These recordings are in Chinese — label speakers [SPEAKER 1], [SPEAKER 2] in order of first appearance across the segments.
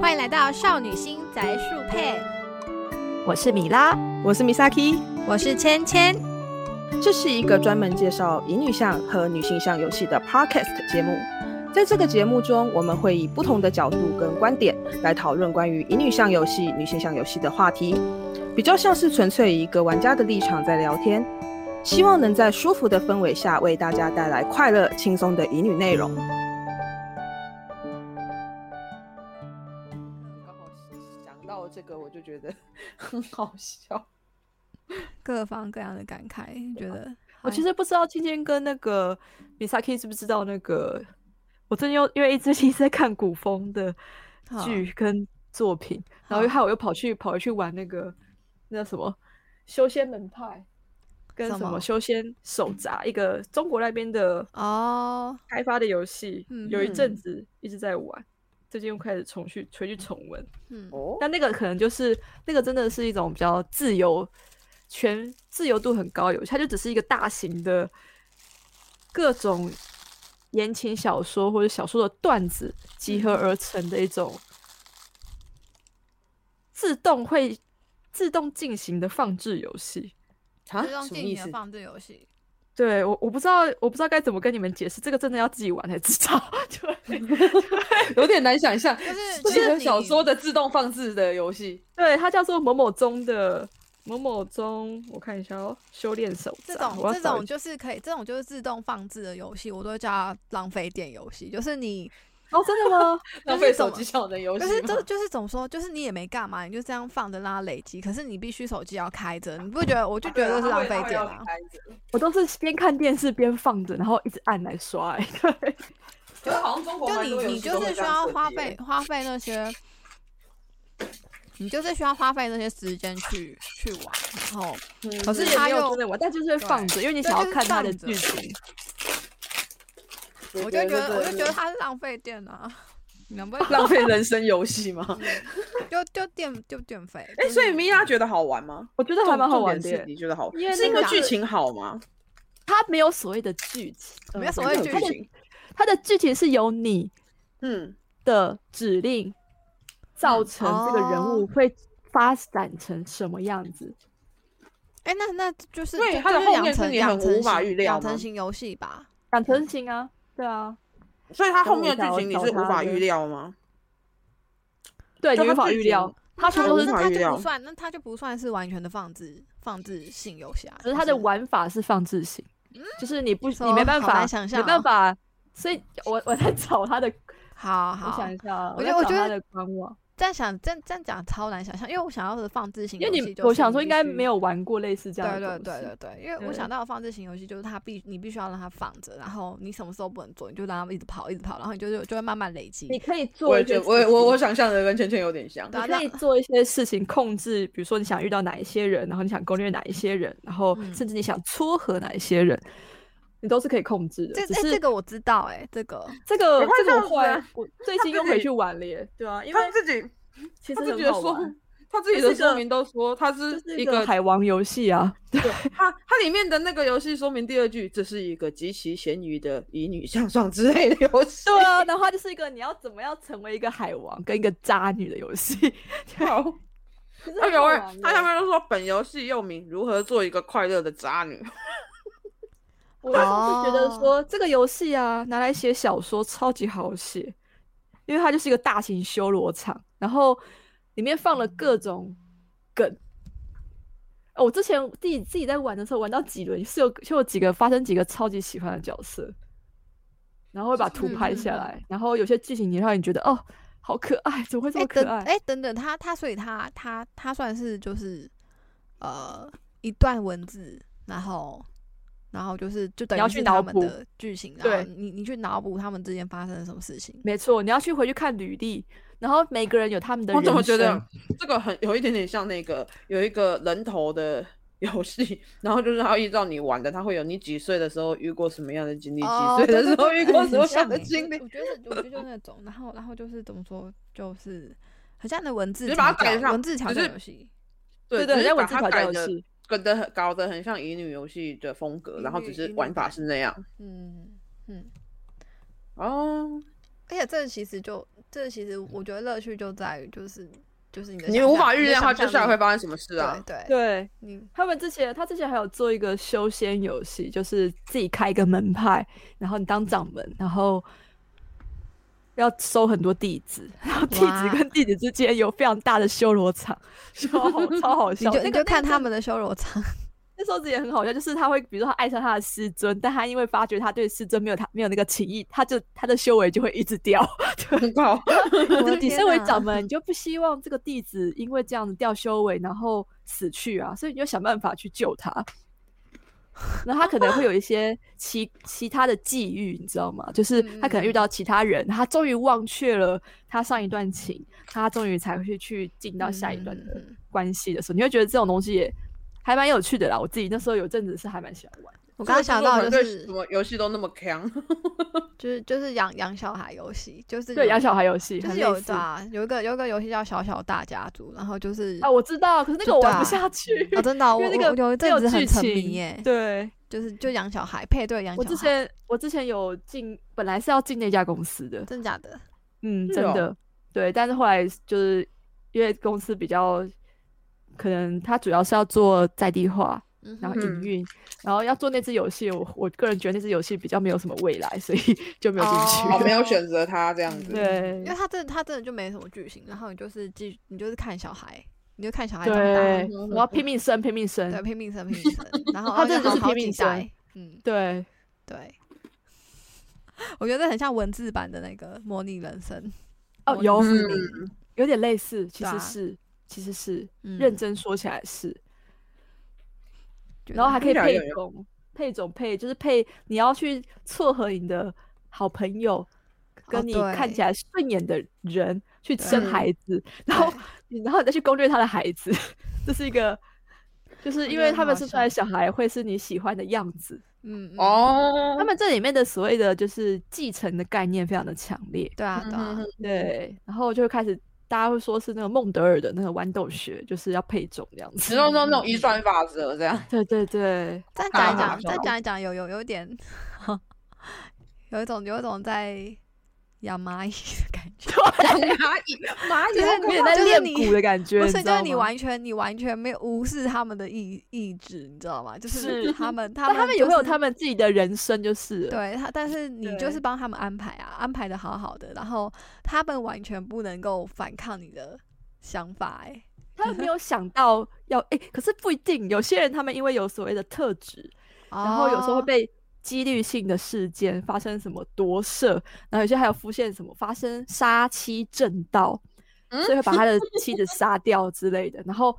[SPEAKER 1] 欢迎来到少女心宅树配，
[SPEAKER 2] 我是米拉，
[SPEAKER 3] 我是 Misaki，
[SPEAKER 1] 我是芊芊。
[SPEAKER 3] 这是一个专门介绍乙女向和女性向游戏的 Podcast 节目。在这个节目中，我们会以不同的角度跟观点来讨论关于乙女向游戏、女性向游戏的话题，比较像是纯粹以一个玩家的立场在聊天，希望能在舒服的氛围下为大家带来快乐、轻松的乙女内容。刚好想到这个，我就觉得很好笑。
[SPEAKER 1] 各方各样的感慨，觉得
[SPEAKER 2] 我其实不知道今天跟那个 Misaki 知不知道那个，我最近又因为一直 一直在看古风的
[SPEAKER 1] 好
[SPEAKER 2] 剧跟作品，然后又害我又跑去跑回去玩那个那叫什么修仙门派。跟
[SPEAKER 1] 什
[SPEAKER 2] 什
[SPEAKER 1] 么
[SPEAKER 2] 么修仙
[SPEAKER 1] 嗯
[SPEAKER 2] 手札，一个中国那边的
[SPEAKER 1] 哦，
[SPEAKER 2] 开发的游戏，
[SPEAKER 1] 嗯
[SPEAKER 2] 有一
[SPEAKER 3] 哼
[SPEAKER 2] 阵子一直在玩，最近又开始重续回去重温。
[SPEAKER 1] 嗯，
[SPEAKER 3] 哦
[SPEAKER 2] 但那个可能就是那个真的是一种比较自由、全自由度很高的游戏，它就只是一个大型的各种言情小说或者小说的段子集合
[SPEAKER 1] 嗯
[SPEAKER 2] 而成的一种自动会自动进行的放置游戏。
[SPEAKER 3] 啊
[SPEAKER 1] 自动进行的放置游 戏，
[SPEAKER 2] 对我，我不知道，我不知道该怎么跟你们解释，这个真的要自己玩才知道。 对，
[SPEAKER 4] 有点难想象，
[SPEAKER 1] 就是
[SPEAKER 4] 集合
[SPEAKER 1] 你
[SPEAKER 4] 小说的自动放置的游 戏，
[SPEAKER 2] 对，它叫做某某中的某某中，我看一下哦，修炼手
[SPEAKER 1] 这
[SPEAKER 2] 札
[SPEAKER 1] 种
[SPEAKER 2] 我要
[SPEAKER 1] 这
[SPEAKER 2] 找一
[SPEAKER 1] 种就是可以，这种就是自动放置的游戏，我都会叫它浪费电游戏。就是你，
[SPEAKER 2] 哦，真的吗？
[SPEAKER 4] 浪费手机效能游戏
[SPEAKER 1] 可
[SPEAKER 4] 吗。
[SPEAKER 1] 是这就是怎么说，就是你也没干嘛，你就这样放着让它累积。可是你必须手机要开着，你不觉得？我就觉得这是浪费电啊。
[SPEAKER 2] 我都是边看电视边放着，然后一直按来刷、欸。对，
[SPEAKER 4] 可是好像中国
[SPEAKER 1] 就
[SPEAKER 4] 蛮
[SPEAKER 1] 你
[SPEAKER 4] 多游
[SPEAKER 1] 你
[SPEAKER 4] 戏
[SPEAKER 1] 就
[SPEAKER 4] 都
[SPEAKER 1] 是
[SPEAKER 4] 会
[SPEAKER 1] 需
[SPEAKER 4] 这样
[SPEAKER 1] 要
[SPEAKER 4] 设计
[SPEAKER 1] 花
[SPEAKER 4] 的
[SPEAKER 1] 费花费那些，你就是需要花费那些时间去去玩，然后可
[SPEAKER 2] 可
[SPEAKER 1] 是
[SPEAKER 2] 是也
[SPEAKER 1] 它
[SPEAKER 2] 没有
[SPEAKER 1] 又
[SPEAKER 2] 真的玩，但就是会放着，因为你
[SPEAKER 1] 对
[SPEAKER 2] 想
[SPEAKER 1] 就
[SPEAKER 2] 要
[SPEAKER 1] 是
[SPEAKER 2] 看它的
[SPEAKER 1] 放着
[SPEAKER 2] 剧情。
[SPEAKER 1] 我就觉得我就觉
[SPEAKER 4] 这
[SPEAKER 1] 得 它是浪费电啊，你能不能
[SPEAKER 4] 浪费人生游戏吗？
[SPEAKER 1] 就就电就电费？
[SPEAKER 3] 哎、
[SPEAKER 1] 就是
[SPEAKER 3] 所以米娅觉得好玩吗？
[SPEAKER 2] 我觉得还蛮好玩的
[SPEAKER 3] 重点是
[SPEAKER 2] 耶。
[SPEAKER 3] 你觉得好玩，
[SPEAKER 2] 因为
[SPEAKER 3] 是因
[SPEAKER 2] 那
[SPEAKER 3] 为
[SPEAKER 2] 个
[SPEAKER 3] 剧情好吗？
[SPEAKER 2] 它没有所谓的剧情，
[SPEAKER 1] 没有所
[SPEAKER 3] 嗯
[SPEAKER 1] 谓
[SPEAKER 3] 真的有
[SPEAKER 1] 剧
[SPEAKER 3] 情，
[SPEAKER 2] 它的剧情是由你
[SPEAKER 3] 嗯，
[SPEAKER 2] 的指令造成这个人物
[SPEAKER 1] 哦
[SPEAKER 2] 会发展成什么样子。
[SPEAKER 1] 哎、那那就是
[SPEAKER 3] 对
[SPEAKER 1] 就
[SPEAKER 3] 它的
[SPEAKER 1] 就是
[SPEAKER 3] 后
[SPEAKER 1] 养
[SPEAKER 3] 面是
[SPEAKER 1] 成
[SPEAKER 3] 你很
[SPEAKER 1] 养成
[SPEAKER 3] 无法
[SPEAKER 1] 型
[SPEAKER 3] 预料
[SPEAKER 1] 养成
[SPEAKER 3] 吗
[SPEAKER 1] 型游戏吧。
[SPEAKER 2] 养成型啊，对啊，
[SPEAKER 3] 所以它后面的剧情你是无法预料吗？
[SPEAKER 2] 对，你
[SPEAKER 3] 但
[SPEAKER 2] 无
[SPEAKER 3] 它
[SPEAKER 2] 法
[SPEAKER 3] 剧
[SPEAKER 2] 预
[SPEAKER 3] 情
[SPEAKER 2] 料，它全
[SPEAKER 1] 那
[SPEAKER 2] 部都
[SPEAKER 3] 无
[SPEAKER 2] 是
[SPEAKER 1] 那
[SPEAKER 3] 法
[SPEAKER 1] 它
[SPEAKER 3] 预
[SPEAKER 1] 就
[SPEAKER 3] 料
[SPEAKER 1] 哦不算，那它就不算是完全的放置放置性游戏啊。
[SPEAKER 2] 只是它的玩法是放置型，就是你不你
[SPEAKER 1] 说
[SPEAKER 2] 没办
[SPEAKER 1] 嗯好
[SPEAKER 2] 法，
[SPEAKER 1] 难想象
[SPEAKER 2] 没办
[SPEAKER 1] 哦
[SPEAKER 2] 法，所以我我在找它的，
[SPEAKER 1] 好
[SPEAKER 2] 我
[SPEAKER 1] 好
[SPEAKER 2] 想，一下啊，
[SPEAKER 1] 我
[SPEAKER 2] 在
[SPEAKER 1] 觉得我
[SPEAKER 2] 找
[SPEAKER 1] 觉
[SPEAKER 2] 它
[SPEAKER 1] 得
[SPEAKER 2] 的官网，
[SPEAKER 1] 这样想这样这样讲超难想象，因为我想要的放置型游
[SPEAKER 2] 因
[SPEAKER 1] 戏，
[SPEAKER 2] 为你我想说应该没。有玩过类似这样
[SPEAKER 1] 对
[SPEAKER 2] 的
[SPEAKER 1] 对
[SPEAKER 2] 东
[SPEAKER 1] 对
[SPEAKER 2] 西
[SPEAKER 1] 对 对，因为我
[SPEAKER 2] 对
[SPEAKER 1] 想到的放置型游戏就是它必你必须要让它放着，然后你什么时候不能做，你就让它一直跑一直跑，然后你就就会慢慢累积。
[SPEAKER 2] 你可以
[SPEAKER 4] 我
[SPEAKER 2] 做
[SPEAKER 4] 也
[SPEAKER 2] 一
[SPEAKER 4] 觉
[SPEAKER 2] 些
[SPEAKER 4] 得，
[SPEAKER 2] 事
[SPEAKER 4] 我也我我
[SPEAKER 2] 情
[SPEAKER 4] 想象的跟圈圈有点像。
[SPEAKER 1] 对啊
[SPEAKER 2] 你可以
[SPEAKER 1] 那
[SPEAKER 2] 做一些事情控制，比如说你想遇到哪一些人，然后你想攻略哪一些人，然后
[SPEAKER 1] 嗯
[SPEAKER 2] 甚至你想撮合哪一些人，你都是可以控制的。
[SPEAKER 1] 这
[SPEAKER 2] 只
[SPEAKER 1] 哎、
[SPEAKER 2] 是
[SPEAKER 1] 这个我知道哎、这 个
[SPEAKER 2] 这个
[SPEAKER 3] 赶快这
[SPEAKER 2] 这个
[SPEAKER 3] 样子
[SPEAKER 2] 我后来
[SPEAKER 3] 啊
[SPEAKER 2] 我最近
[SPEAKER 3] 自
[SPEAKER 2] 又回
[SPEAKER 3] 己
[SPEAKER 2] 去玩了耶，对啊，因为
[SPEAKER 3] 他自己
[SPEAKER 2] 其实
[SPEAKER 3] 他自己
[SPEAKER 2] 很
[SPEAKER 3] 的
[SPEAKER 2] 好
[SPEAKER 3] 说
[SPEAKER 2] 玩，
[SPEAKER 3] 他自己
[SPEAKER 2] 这
[SPEAKER 3] 的
[SPEAKER 2] 是一个
[SPEAKER 4] 说明都说它是
[SPEAKER 2] 就是
[SPEAKER 4] 一
[SPEAKER 2] 一
[SPEAKER 4] 个
[SPEAKER 2] 个海王游戏啊，
[SPEAKER 3] 他他里面的那个游戏说明第二句，这是一个极其咸鱼的以女向上之类的游戏。
[SPEAKER 2] 对 啊，然后它就是一个你要怎么样成为一个海王跟一个渣女的游戏。
[SPEAKER 3] 好，
[SPEAKER 2] 可 是
[SPEAKER 3] 他
[SPEAKER 2] 很
[SPEAKER 3] 有
[SPEAKER 2] 好
[SPEAKER 3] 人
[SPEAKER 2] 玩哦
[SPEAKER 3] 他
[SPEAKER 2] 耶
[SPEAKER 3] 下面就说本游戏又名如何做一个快乐的渣女。
[SPEAKER 2] 我当时觉得
[SPEAKER 1] 哦
[SPEAKER 2] 说这个游戏啊，拿来写小说超级好写，因为它就是一个大型修罗场，然后里面放了各种梗。哦，我之前自己自己在玩的时候，玩到几轮是有就有几个发生几个超级喜欢的角色，然后会把图
[SPEAKER 1] 嗯
[SPEAKER 2] 拍
[SPEAKER 1] 嗯
[SPEAKER 2] 下
[SPEAKER 1] 嗯
[SPEAKER 2] 来，然后有些剧情你让你觉得哦，好可爱，怎么会这
[SPEAKER 1] 哎、
[SPEAKER 2] 么可
[SPEAKER 1] 等
[SPEAKER 2] 爱？
[SPEAKER 1] 哎、等等，他他所以他他他算是就是呃一段文字，然后然后就是就等
[SPEAKER 2] 你要
[SPEAKER 1] 于
[SPEAKER 2] 去
[SPEAKER 1] 是他
[SPEAKER 2] 脑
[SPEAKER 1] 们
[SPEAKER 2] 补
[SPEAKER 1] 的剧情，然后你你去脑补他们之间发生了什么事情。
[SPEAKER 2] 没错，你要去回去看履历，然后每个人有他们的
[SPEAKER 3] 我
[SPEAKER 2] 人
[SPEAKER 3] 怎
[SPEAKER 2] 生。
[SPEAKER 3] 么觉得这个很有一点点像那个有一个人头的游戏，然后就是它依照你玩的，它会有你几岁的时候遇过什么样的经历，
[SPEAKER 1] 哦
[SPEAKER 3] 几岁
[SPEAKER 1] 对
[SPEAKER 3] 的
[SPEAKER 1] 对
[SPEAKER 3] 时候
[SPEAKER 1] 对
[SPEAKER 3] 遇过
[SPEAKER 1] 很
[SPEAKER 3] 什么
[SPEAKER 1] 像
[SPEAKER 3] 样的
[SPEAKER 1] 欸
[SPEAKER 3] 经历
[SPEAKER 1] 我，我觉得是，我觉得就是那种，然后然后就是怎么说，就是很像那文字
[SPEAKER 3] 只是
[SPEAKER 1] 调
[SPEAKER 3] 把它改
[SPEAKER 1] 教，
[SPEAKER 3] 上
[SPEAKER 1] 文字调
[SPEAKER 3] 只
[SPEAKER 1] 教
[SPEAKER 3] 是
[SPEAKER 1] 游戏，
[SPEAKER 2] 对
[SPEAKER 3] 对，
[SPEAKER 2] 对，
[SPEAKER 3] 只
[SPEAKER 2] 在
[SPEAKER 3] 是
[SPEAKER 2] 文
[SPEAKER 3] 把
[SPEAKER 2] 字
[SPEAKER 3] 它
[SPEAKER 2] 挑战
[SPEAKER 3] 改
[SPEAKER 2] 游
[SPEAKER 3] 的
[SPEAKER 2] 戏，
[SPEAKER 3] 跟的搞得很像乙女游戏的风格，
[SPEAKER 1] 乙
[SPEAKER 3] 然后
[SPEAKER 1] 女
[SPEAKER 3] 只
[SPEAKER 1] 乙
[SPEAKER 3] 是
[SPEAKER 1] 女
[SPEAKER 3] 玩法
[SPEAKER 1] 感
[SPEAKER 3] 是那样
[SPEAKER 1] 嗯嗯。
[SPEAKER 3] 哦。
[SPEAKER 1] 而且这其实就这其实我觉得乐趣就在于就是就是你的
[SPEAKER 3] 你
[SPEAKER 1] 想
[SPEAKER 3] 无
[SPEAKER 1] 象
[SPEAKER 3] 法预
[SPEAKER 1] 你的
[SPEAKER 3] 料它接
[SPEAKER 1] 想
[SPEAKER 3] 下来
[SPEAKER 1] 象
[SPEAKER 3] 会
[SPEAKER 1] 力
[SPEAKER 3] 发生什么事啊？
[SPEAKER 1] 对对，
[SPEAKER 2] 对
[SPEAKER 1] 你
[SPEAKER 2] 他们之前，他之前还有做一个修仙游戏，就是自己开一个门派，然后你当掌门，然后要收很多弟子， 然后弟子
[SPEAKER 1] 哇
[SPEAKER 2] 跟弟子之间有非常大的修罗场，超好超好
[SPEAKER 1] 你
[SPEAKER 2] 笑。
[SPEAKER 1] 就
[SPEAKER 2] 那
[SPEAKER 1] 你
[SPEAKER 2] 个
[SPEAKER 1] 就看他。
[SPEAKER 2] 那个
[SPEAKER 1] 们的修罗 场，
[SPEAKER 2] 那时候自己也很好笑，就是他会，比如说他爱上他的师尊，但他因为发觉他对师尊没有他没有那个情谊，他就他的修为就会一直掉。
[SPEAKER 3] 很好，
[SPEAKER 1] 我的
[SPEAKER 2] 你
[SPEAKER 1] 天
[SPEAKER 2] 身为
[SPEAKER 1] 哪
[SPEAKER 2] 掌门，你就不希望这个弟子因为这样子掉修为，然后死去啊，所以你就想办法去救他。然后他可能会有一些其其他的际遇，你知道吗？就是
[SPEAKER 1] 嗯
[SPEAKER 2] 他可能遇到其他人，他终于忘却了他上一段情，他终于才会去进到下一段
[SPEAKER 1] 嗯
[SPEAKER 2] 的
[SPEAKER 1] 嗯嗯
[SPEAKER 2] 关系的时候，你会觉得这种东西也还蛮有趣的啦。我自己那时候有阵子是还蛮喜欢玩的，
[SPEAKER 1] 我刚刚想到的
[SPEAKER 3] 这个制
[SPEAKER 1] 就
[SPEAKER 3] 作团队
[SPEAKER 1] 是
[SPEAKER 3] 什么游戏都那么强，
[SPEAKER 1] 就是就是养养小孩游戏，就是
[SPEAKER 2] 对
[SPEAKER 1] 有
[SPEAKER 2] 养小孩游戏，
[SPEAKER 1] 哦就
[SPEAKER 2] 很
[SPEAKER 1] 是
[SPEAKER 2] 类
[SPEAKER 1] 有
[SPEAKER 2] 似
[SPEAKER 1] 对啊，有一个有一个游戏叫小小大家族，然后就是
[SPEAKER 3] 哦
[SPEAKER 2] 啊，我知道，可是那
[SPEAKER 1] 就
[SPEAKER 2] 个我
[SPEAKER 1] 对
[SPEAKER 2] 玩不
[SPEAKER 1] 啊
[SPEAKER 2] 下去，
[SPEAKER 1] 哦真的哦、
[SPEAKER 2] 因为
[SPEAKER 1] 我
[SPEAKER 2] 那个
[SPEAKER 1] 我有一
[SPEAKER 2] 没有
[SPEAKER 1] 阵子很
[SPEAKER 2] 剧
[SPEAKER 1] 沉
[SPEAKER 2] 情
[SPEAKER 1] 迷耶，
[SPEAKER 2] 对。
[SPEAKER 1] 就是就养小孩配对养小
[SPEAKER 2] 我
[SPEAKER 1] 孩，
[SPEAKER 2] 之前我之前有进，本来是要进那家公司的，
[SPEAKER 1] 真假的，
[SPEAKER 2] 嗯，
[SPEAKER 3] 是
[SPEAKER 2] 真
[SPEAKER 3] 哦
[SPEAKER 2] 的，对，但是后来就是因为公司比较，可能它主要是要做在地化，
[SPEAKER 1] 嗯
[SPEAKER 2] 然
[SPEAKER 1] 哼
[SPEAKER 2] 后营
[SPEAKER 3] 嗯
[SPEAKER 2] 运，然后要做那只游戏，我我个人觉得那只游戏比较没有什么未来，所以 就没有进去。
[SPEAKER 1] 哦
[SPEAKER 3] 我没有选择它这样子。
[SPEAKER 2] 对
[SPEAKER 1] 因为他真的他真的就没什么剧情，然后你就是继你就是看小孩，你就看小孩长
[SPEAKER 2] 对
[SPEAKER 1] 大，，
[SPEAKER 2] 我要拼命生，拼命生，
[SPEAKER 1] 对拼命生拼命生，然后
[SPEAKER 2] 他
[SPEAKER 1] 然后
[SPEAKER 2] 真的就是
[SPEAKER 1] 好好
[SPEAKER 2] 拼命
[SPEAKER 1] 几代
[SPEAKER 2] 生，
[SPEAKER 1] 嗯
[SPEAKER 2] 对，
[SPEAKER 1] 对，我觉得很像文字版的那个模拟人生，
[SPEAKER 2] 哦，
[SPEAKER 1] 模拟
[SPEAKER 2] 有
[SPEAKER 1] 森
[SPEAKER 3] 嗯
[SPEAKER 1] 林
[SPEAKER 2] 有点类似，其
[SPEAKER 1] 对啊
[SPEAKER 2] 实是其实是
[SPEAKER 1] 嗯
[SPEAKER 2] 认真说起来是，
[SPEAKER 1] 觉
[SPEAKER 2] 然后
[SPEAKER 1] 得
[SPEAKER 2] 还可
[SPEAKER 3] 听
[SPEAKER 2] 以
[SPEAKER 3] 起来
[SPEAKER 2] 配
[SPEAKER 3] 有用
[SPEAKER 2] 种，配种配就是配你要去撮合你的好朋友，
[SPEAKER 3] 哦
[SPEAKER 2] 跟你
[SPEAKER 1] 对
[SPEAKER 2] 看起来顺眼的人、去
[SPEAKER 1] 对
[SPEAKER 2] 生孩子， 然后
[SPEAKER 1] 对
[SPEAKER 2] 你然后你再去攻略他的孩子， 这是一个，就是因
[SPEAKER 1] 觉得
[SPEAKER 2] 为
[SPEAKER 1] 很
[SPEAKER 2] 他们
[SPEAKER 1] 好
[SPEAKER 2] 生出来的
[SPEAKER 1] 笑
[SPEAKER 2] 小孩会是你喜欢的样子，
[SPEAKER 1] 嗯嗯
[SPEAKER 3] 哦，
[SPEAKER 2] 他们这里面的所谓的就是继承的概念非常的强烈，
[SPEAKER 1] 对啊对
[SPEAKER 3] 嗯
[SPEAKER 1] 啊，
[SPEAKER 2] 对，然后就会开始。大家会说是那个孟德尔的那个豌豆学，就是要配种这样
[SPEAKER 3] 只
[SPEAKER 2] 子。
[SPEAKER 3] 用用那种遗传法则这样。
[SPEAKER 2] 对对对，
[SPEAKER 1] 再讲
[SPEAKER 3] 大
[SPEAKER 1] 一讲，
[SPEAKER 3] 好笑
[SPEAKER 1] 再讲一讲，有有有一点，有一种有一种在养蚂蚁的感 觉，
[SPEAKER 3] 蚂蚁，啊蚂
[SPEAKER 1] 就是
[SPEAKER 3] 蚁
[SPEAKER 2] 有点
[SPEAKER 1] 怕
[SPEAKER 2] 在
[SPEAKER 1] 就是
[SPEAKER 2] 练
[SPEAKER 1] 你
[SPEAKER 2] 鼓的感觉，
[SPEAKER 1] 不
[SPEAKER 2] 你
[SPEAKER 1] 是
[SPEAKER 2] 知
[SPEAKER 1] 就是
[SPEAKER 2] 道
[SPEAKER 1] 你
[SPEAKER 2] 吗
[SPEAKER 1] 完全你完全没有无视他们的意意志，你知道吗？就是
[SPEAKER 2] 是
[SPEAKER 1] 他们他
[SPEAKER 2] 但
[SPEAKER 1] 们
[SPEAKER 2] 他们也会有
[SPEAKER 1] 就是
[SPEAKER 2] 他们自己的人生，就是了
[SPEAKER 1] 对他，但是你就
[SPEAKER 2] 对
[SPEAKER 1] 是帮他们安排啊，安排的好好的，然后他们完全不能够反抗你的想法、欸，
[SPEAKER 2] 他们没有想到要哎、可是不一定，有些人他们因为有所谓的特质，然后有时候会
[SPEAKER 1] 哦
[SPEAKER 2] 被几率性的事件发生什么夺舍，然后有些还有出现什么发生杀妻正道，
[SPEAKER 3] 嗯
[SPEAKER 2] 所以会把他的妻子杀掉之类的，然后。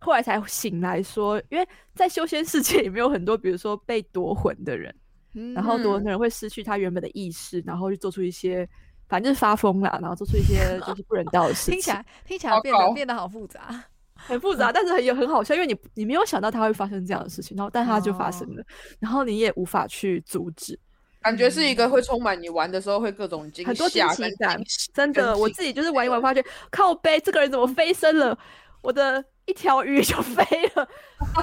[SPEAKER 2] 后来才醒来说，因为在修仙世界里面有很多，比如说被夺魂的人，
[SPEAKER 1] 嗯
[SPEAKER 2] 然后
[SPEAKER 3] 嗯
[SPEAKER 2] 多可能会失去他原本的意识，然后去做出一些，反正就是发疯啦，然后做出一些 就是不人道的事情。
[SPEAKER 1] 听起来听起
[SPEAKER 3] 糟
[SPEAKER 1] 来变得
[SPEAKER 3] 糕
[SPEAKER 1] 变得好复杂，
[SPEAKER 2] 很复杂，但是很有很好笑，因为你你没有想到它会发生这样的事情，然后但它就发生了，然后你也无法去阻止。
[SPEAKER 3] 感觉是一个会充满你玩的时候会各种惊
[SPEAKER 2] 很多惊
[SPEAKER 3] 吓
[SPEAKER 2] 喜
[SPEAKER 3] 跟
[SPEAKER 2] 感
[SPEAKER 3] 惊喜
[SPEAKER 2] 真的，
[SPEAKER 3] 跟
[SPEAKER 2] 我
[SPEAKER 3] 惊
[SPEAKER 2] 自己就是玩一玩，发觉靠背这个人怎么飞升了，我的一条鱼 就飞了，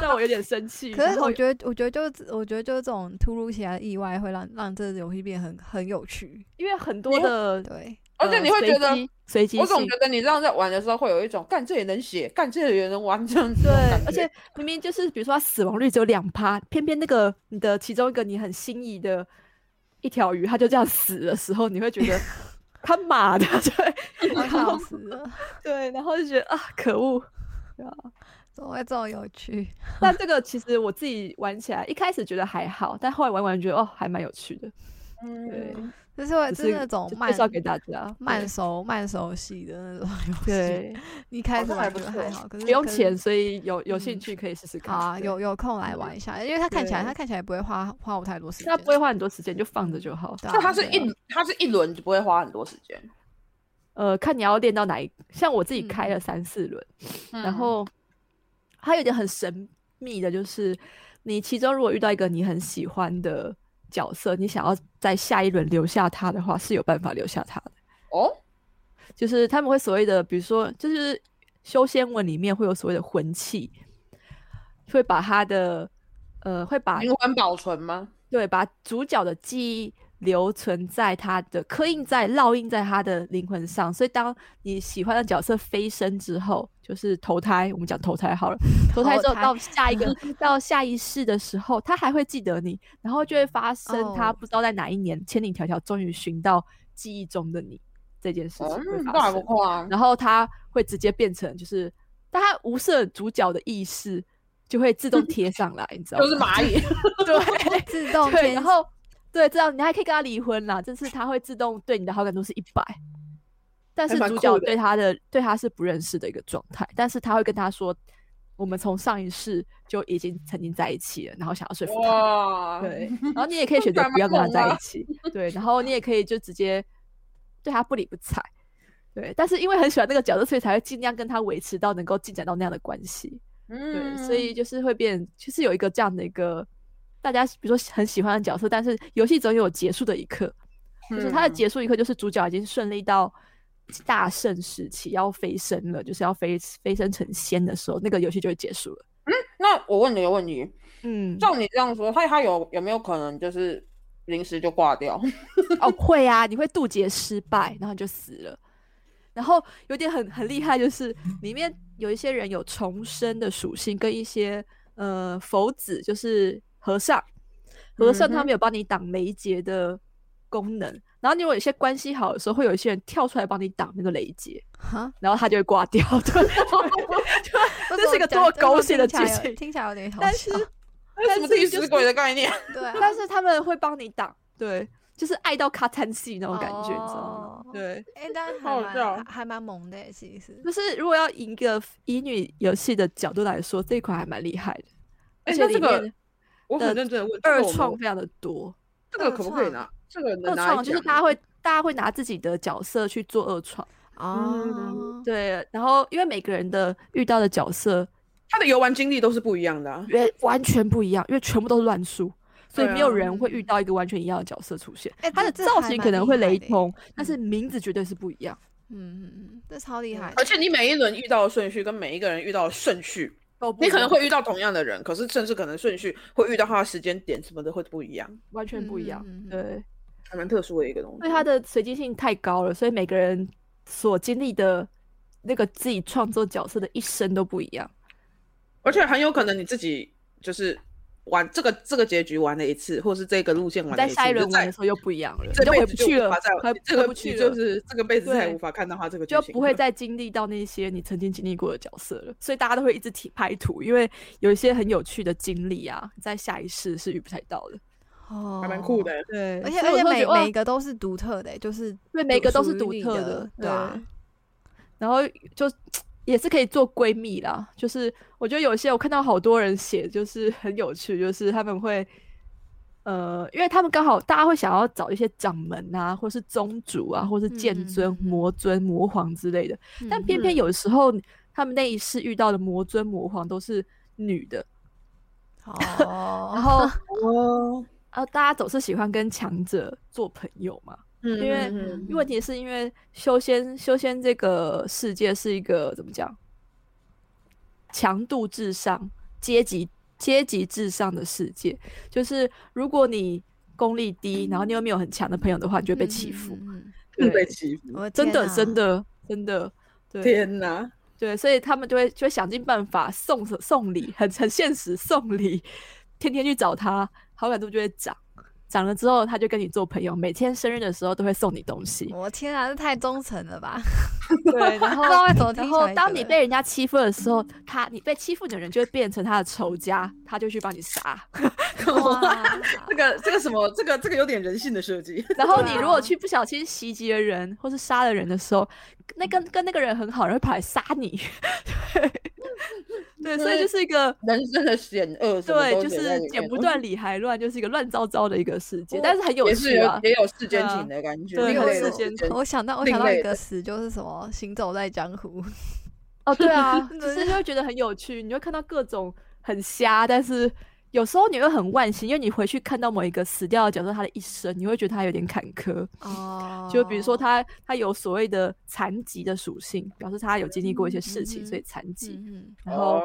[SPEAKER 2] 让我有点生气。
[SPEAKER 1] 可
[SPEAKER 2] 然
[SPEAKER 1] 是
[SPEAKER 2] 后
[SPEAKER 1] 我觉得，我觉得就是，我觉得就是这种突如其来的意外会让让这个游戏变得很很有趣。
[SPEAKER 2] 因为很多的，
[SPEAKER 1] 对，
[SPEAKER 3] 而且
[SPEAKER 2] 呃
[SPEAKER 3] 你会觉得
[SPEAKER 2] 随机随机
[SPEAKER 3] 我总
[SPEAKER 2] 性
[SPEAKER 3] 觉得你这样在玩的时候会有一种干这也能写，干这也能玩这样子
[SPEAKER 2] 对
[SPEAKER 3] 那种感，觉。
[SPEAKER 2] 而且明明就是比如说他死亡率只有两趴，偏偏那个你的其中一个你很心仪的一条鱼，它就这样死的时候，你会觉 得他妈的， 对，
[SPEAKER 1] 我
[SPEAKER 2] 然
[SPEAKER 1] 笑
[SPEAKER 2] 后
[SPEAKER 1] 死了，
[SPEAKER 2] 对，然后就觉得啊，可恶。
[SPEAKER 1] 怎么会这么有趣？
[SPEAKER 2] 但这个其实我自己玩起来，一开始觉得还好，但后来玩完觉得哦，还蛮有趣的，对
[SPEAKER 3] 嗯，
[SPEAKER 1] 就是会
[SPEAKER 2] 就是
[SPEAKER 1] 是那种
[SPEAKER 2] 就
[SPEAKER 1] 慢
[SPEAKER 2] 介绍给大家。
[SPEAKER 1] 慢熟慢熟系的那种游戏。
[SPEAKER 2] 对，
[SPEAKER 1] 你一开始
[SPEAKER 3] 好像还
[SPEAKER 1] 玩
[SPEAKER 3] 不
[SPEAKER 1] 觉得
[SPEAKER 3] 错
[SPEAKER 1] 还好，可是
[SPEAKER 2] 不用
[SPEAKER 1] 可是
[SPEAKER 2] 钱，所以有有兴
[SPEAKER 1] 嗯
[SPEAKER 2] 趣可以试试看
[SPEAKER 1] 啊，
[SPEAKER 2] 对
[SPEAKER 1] 有有空来玩一下，因为它看起来
[SPEAKER 2] 对
[SPEAKER 1] 它看起来不会花花我太多时间，
[SPEAKER 2] 它不会花很多时间，就放着就好。
[SPEAKER 1] 对啊。
[SPEAKER 3] 就它是
[SPEAKER 1] 对啊
[SPEAKER 3] 一它是一轮就不会花很多时间，
[SPEAKER 2] 呃，看你要练到哪一，像我自己开
[SPEAKER 1] 嗯
[SPEAKER 2] 了三四轮。然
[SPEAKER 3] 嗯
[SPEAKER 2] 后还有一点很神秘的，就是你其中如果遇到一个你很喜欢的角色，你想要在下一轮留下他的话，是有办法留下他的。
[SPEAKER 3] 哦，
[SPEAKER 2] 就是他们会所谓的，比如说，就是修仙文里面会有所谓的魂器，会把他的呃，会把
[SPEAKER 3] 灵魂保存吗？
[SPEAKER 2] 对把主角的记忆留存在他的刻印在烙印在他的灵魂上，所以当你喜欢的角色飞升之后，就是投胎，我们讲投胎好 了，投胎之后
[SPEAKER 1] 投胎
[SPEAKER 2] 到下一个到下一世的时候，他还会记得你，然后就会发生他
[SPEAKER 1] 哦
[SPEAKER 2] 不知道在哪一年千里迢迢终于寻到记忆中的你这件事情会
[SPEAKER 3] 嗯，那
[SPEAKER 2] 发
[SPEAKER 3] 还
[SPEAKER 2] 生
[SPEAKER 3] 不，错啊。
[SPEAKER 2] 然后他会直接变成就是，但他无视主角的意识就会自动贴上来，你知道吗？
[SPEAKER 3] 就是 蚂蚁，
[SPEAKER 2] 对。
[SPEAKER 1] 自动
[SPEAKER 2] 对，然
[SPEAKER 1] 天
[SPEAKER 2] 后对，这样你还可以跟他离婚啦，这次他会自动对你的好感度是一百，但
[SPEAKER 5] 还
[SPEAKER 2] 是
[SPEAKER 5] 蛮
[SPEAKER 2] 主
[SPEAKER 5] 酷
[SPEAKER 2] 角
[SPEAKER 5] 的
[SPEAKER 2] 对他的对他是不认识的一个状态，但是他会跟他说，我们从上一世就已经曾经在一起了，然后想要说服他，
[SPEAKER 3] 哇，
[SPEAKER 2] 对，然后你也可以选择
[SPEAKER 3] 还
[SPEAKER 2] 不要跟
[SPEAKER 3] 蛮
[SPEAKER 2] 他
[SPEAKER 3] 猛
[SPEAKER 2] 在一
[SPEAKER 3] 的
[SPEAKER 2] 起，对，然后你也可以就直接对他不理不睬。对，但是因为很喜欢那个角色，所以才会尽量跟他维持到能够进展到那样的关系。对，
[SPEAKER 3] 嗯，
[SPEAKER 2] 所以就是会变，就是有一个这样的一个大家比如说很喜欢的角色，但是游戏总有结束的一刻，就是它的
[SPEAKER 3] 嗯
[SPEAKER 2] 结束一刻，就是主角已经顺利到大圣时期，要飞升了，就是要飞飞升成仙的时候，那个游戏就会结束了。
[SPEAKER 3] 嗯那我问你一个问题，
[SPEAKER 2] 嗯，
[SPEAKER 3] 照你这样说，他他有有没有可能就是临时就挂掉？
[SPEAKER 2] 哦，会啊，你会渡劫失败，然后你就死了。然后有点很很厉害，就是里面有一些人有重生的属性，跟一些呃佛子，就是和尚，和
[SPEAKER 3] 嗯
[SPEAKER 2] 尚他们有帮你挡雷劫的功能。然后你如果有些关系好的时候，会有一些人跳出来帮你挡那个雷劫，
[SPEAKER 1] 哈，
[SPEAKER 2] 然后他就会挂掉。 对，
[SPEAKER 1] 为
[SPEAKER 2] 这
[SPEAKER 1] 什
[SPEAKER 2] 是一个
[SPEAKER 1] 讲
[SPEAKER 2] 多
[SPEAKER 1] 为什么
[SPEAKER 2] 狗血的
[SPEAKER 1] 听起来
[SPEAKER 2] 剧
[SPEAKER 1] 有
[SPEAKER 2] 情
[SPEAKER 1] 听起来有 点好
[SPEAKER 2] 但
[SPEAKER 1] 笑
[SPEAKER 2] 是。
[SPEAKER 3] 那什么替死鬼的概念？
[SPEAKER 1] 对啊，
[SPEAKER 2] 但是他们会帮你挡，对，就是爱到咔嚓戏那种感觉，你知
[SPEAKER 1] 哦
[SPEAKER 2] 道吗？对。
[SPEAKER 1] 哎，但还
[SPEAKER 3] 好
[SPEAKER 1] 蛮
[SPEAKER 3] 笑
[SPEAKER 1] 还还蛮萌的欸，其实。
[SPEAKER 2] 就是如果要以一个乙女游戏的角度来说，这一款还蛮厉害的，
[SPEAKER 3] 哎
[SPEAKER 2] 而且
[SPEAKER 3] 那这
[SPEAKER 2] 里
[SPEAKER 3] 个
[SPEAKER 2] 面
[SPEAKER 3] 我
[SPEAKER 2] 的
[SPEAKER 3] 很认真的问，这
[SPEAKER 2] 二
[SPEAKER 3] 个我们
[SPEAKER 2] 创非常的多。
[SPEAKER 3] 这个可不可以拿？这个能
[SPEAKER 2] 二
[SPEAKER 3] 拿来
[SPEAKER 2] 创就是
[SPEAKER 3] 讲
[SPEAKER 2] 大家会大家会拿自己的角色去做二创，
[SPEAKER 1] 哦，
[SPEAKER 2] 对。然后因为每个人的遇到的角色
[SPEAKER 5] 他的游玩经历都是不一样的、啊。
[SPEAKER 2] 原完全不一样，因为全部都是乱数。所以
[SPEAKER 5] 对啊
[SPEAKER 2] 没有人会遇到一个完全一样的角色出现，
[SPEAKER 1] 哎
[SPEAKER 2] 他的
[SPEAKER 1] 这这
[SPEAKER 2] 造
[SPEAKER 1] 还
[SPEAKER 2] 型
[SPEAKER 1] 蛮
[SPEAKER 2] 可能
[SPEAKER 1] 厉
[SPEAKER 2] 会
[SPEAKER 1] 害的
[SPEAKER 2] 雷
[SPEAKER 1] 耶
[SPEAKER 2] 同，但是名字绝对是不一样，
[SPEAKER 1] 嗯嗯嗯，这超厉害的。
[SPEAKER 3] 而且你每一轮遇到的顺序跟每一个人遇到的顺序，
[SPEAKER 2] 都不
[SPEAKER 3] 你
[SPEAKER 2] 一
[SPEAKER 3] 可能
[SPEAKER 2] 样
[SPEAKER 3] 会遇到同样的人，可是甚至可能顺序会遇到他的时间点什么的会不一样，
[SPEAKER 2] 完全不一样，
[SPEAKER 1] 嗯嗯嗯嗯
[SPEAKER 2] 对。
[SPEAKER 3] 还蛮特殊的一个东西。
[SPEAKER 2] 因为它的随机性太高了，所以每个人所经历的那个自己创作角色的一生都不一样。
[SPEAKER 3] 而且很有可能你自己就是玩这个这个结局玩了一次，或是这个路线玩了
[SPEAKER 2] 在
[SPEAKER 3] 一次，
[SPEAKER 2] 下一轮
[SPEAKER 3] 你就
[SPEAKER 2] 玩
[SPEAKER 3] 再
[SPEAKER 2] 的时候又不一样了，你
[SPEAKER 3] 这
[SPEAKER 2] 就回
[SPEAKER 3] 辈
[SPEAKER 2] 不
[SPEAKER 3] 子就
[SPEAKER 2] 去
[SPEAKER 3] 无
[SPEAKER 2] 了
[SPEAKER 3] 法再，
[SPEAKER 2] 回
[SPEAKER 3] 这
[SPEAKER 2] 回
[SPEAKER 3] 个
[SPEAKER 2] 不去
[SPEAKER 3] 你
[SPEAKER 2] 了，
[SPEAKER 3] 就是这个辈子再也
[SPEAKER 2] 对
[SPEAKER 3] 无法看到他这个剧
[SPEAKER 2] 就
[SPEAKER 3] 情，
[SPEAKER 2] 不会再经历到那些你曾经经历过的角色了。所以大家都会一直提拍图，因为有一些很有趣的经历啊，在下一世是遇不太到的。
[SPEAKER 1] 哦，
[SPEAKER 3] 还蛮酷的。。
[SPEAKER 2] 对
[SPEAKER 1] 而且
[SPEAKER 2] 所以
[SPEAKER 1] 而
[SPEAKER 2] 我
[SPEAKER 1] 且
[SPEAKER 2] 就
[SPEAKER 1] 每
[SPEAKER 2] 觉得哇
[SPEAKER 1] 每一个都是独特的欸，就是
[SPEAKER 2] 对，每个都是
[SPEAKER 1] 属
[SPEAKER 2] 独
[SPEAKER 1] 于你
[SPEAKER 2] 特
[SPEAKER 1] 的，对啊，
[SPEAKER 2] 然后就也是可以做闺蜜啦。就是我觉得有些我看到好多人写，就是很有趣，就是他们会，呃，因为他们刚好大家会想要找一些掌门啊，或是宗主啊，或是剑
[SPEAKER 1] 嗯嗯
[SPEAKER 2] 尊、
[SPEAKER 1] 嗯嗯
[SPEAKER 2] 魔尊、魔皇之类的。但偏偏有时候他们那一世遇到的魔尊、魔皇都是女的，
[SPEAKER 1] 哦，
[SPEAKER 2] 然 后
[SPEAKER 5] 哦，
[SPEAKER 2] 呃，大家总是喜欢跟强者做朋友嘛。
[SPEAKER 3] 嗯，
[SPEAKER 2] 因为
[SPEAKER 3] 嗯嗯
[SPEAKER 2] 因为问题是因为修仙修仙这个世界是一个怎么讲，强度至上、阶级阶级至上的世界。就是如果你功力低，然后你又没有很强的朋友的话，你就会被欺负。
[SPEAKER 1] 嗯，嗯嗯
[SPEAKER 2] 对，
[SPEAKER 5] 被欺负，
[SPEAKER 1] 我
[SPEAKER 3] 哦
[SPEAKER 1] 的
[SPEAKER 2] 真
[SPEAKER 1] 天
[SPEAKER 2] 的
[SPEAKER 1] 哪
[SPEAKER 2] 真，的真的，对
[SPEAKER 5] 天哪！
[SPEAKER 2] 对，所以他们就会就会想尽办法送送礼，很很现实送礼，天天去找他，好感度就会涨。涨了之后，他就跟你做朋友，每天生日的时候都会送你东西。
[SPEAKER 1] 我天啊，这太忠诚了吧！
[SPEAKER 2] 对，然
[SPEAKER 1] 不
[SPEAKER 2] 后
[SPEAKER 1] 知道为什么听
[SPEAKER 2] 然
[SPEAKER 1] 起
[SPEAKER 2] 后
[SPEAKER 1] 来
[SPEAKER 2] 当
[SPEAKER 1] 觉
[SPEAKER 2] 你
[SPEAKER 1] 得
[SPEAKER 2] 被人家欺负的时候，他你被欺负的人就会变成他的仇家，他就去帮你杀。
[SPEAKER 1] 哇
[SPEAKER 3] 这个这个什么，这个这个有点人性的设计，
[SPEAKER 2] 然后
[SPEAKER 1] 对
[SPEAKER 2] 你
[SPEAKER 1] 啊
[SPEAKER 2] 如果去不小心袭击了人或是杀了人的时候，那跟跟那个人很好，然后会跑来杀你。 对，对，所以就是一个。
[SPEAKER 3] 人生的险 恶什么
[SPEAKER 2] 对，
[SPEAKER 3] 都
[SPEAKER 2] 就
[SPEAKER 3] 写
[SPEAKER 2] 是
[SPEAKER 3] 在里
[SPEAKER 2] 剪
[SPEAKER 3] 面哦
[SPEAKER 2] 不断理还乱，就是一个乱糟糟的一个世界，但是很有
[SPEAKER 3] 也是
[SPEAKER 2] 趣
[SPEAKER 3] 有
[SPEAKER 2] 啊。
[SPEAKER 3] 也有世间
[SPEAKER 2] 对啊
[SPEAKER 3] 情的感觉，
[SPEAKER 2] 对
[SPEAKER 3] 另
[SPEAKER 2] 有
[SPEAKER 3] 类的
[SPEAKER 2] 世间
[SPEAKER 3] 情
[SPEAKER 1] 我想到我
[SPEAKER 3] 另
[SPEAKER 1] 想到
[SPEAKER 3] 类
[SPEAKER 1] 一
[SPEAKER 3] 的
[SPEAKER 1] 个词，就是什么“行走在江湖
[SPEAKER 2] 哦，对啊，
[SPEAKER 1] 真
[SPEAKER 2] 就
[SPEAKER 1] 的
[SPEAKER 2] 是就会觉得很有趣，你会看到各种很瞎，但是有时候你会很惋惜，因为你回去看到某一个死掉的角色他的一生，你会觉得他有点坎坷。”。
[SPEAKER 1] 哦，
[SPEAKER 2] 就比如说他他有所谓的残疾的属性，表示他有经历过一些事情，
[SPEAKER 1] 嗯
[SPEAKER 2] 所以残疾。
[SPEAKER 1] 嗯，
[SPEAKER 2] 然后
[SPEAKER 3] 哦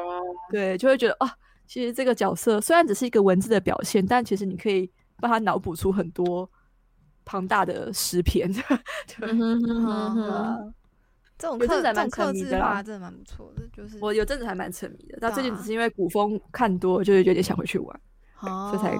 [SPEAKER 2] 对，就会觉得啊，其实这个角色虽然只是一个文字的表现，但其实你可以帮他脑补出很多庞大的诗篇。 对
[SPEAKER 6] 嗯哼哼
[SPEAKER 1] 嗯
[SPEAKER 6] 哼哼
[SPEAKER 1] 嗯这种
[SPEAKER 2] 有阵
[SPEAKER 1] 克
[SPEAKER 2] 子
[SPEAKER 1] 这种
[SPEAKER 2] 还蛮
[SPEAKER 1] 克
[SPEAKER 2] 沉迷
[SPEAKER 1] 制
[SPEAKER 2] 的啦
[SPEAKER 1] 化真的蛮不错的，就是
[SPEAKER 2] 我有阵子还蛮沉迷的，但最近只
[SPEAKER 1] 对啊
[SPEAKER 2] 是因为古风看多了，就是有点想回去玩，
[SPEAKER 1] 哦，
[SPEAKER 2] 这才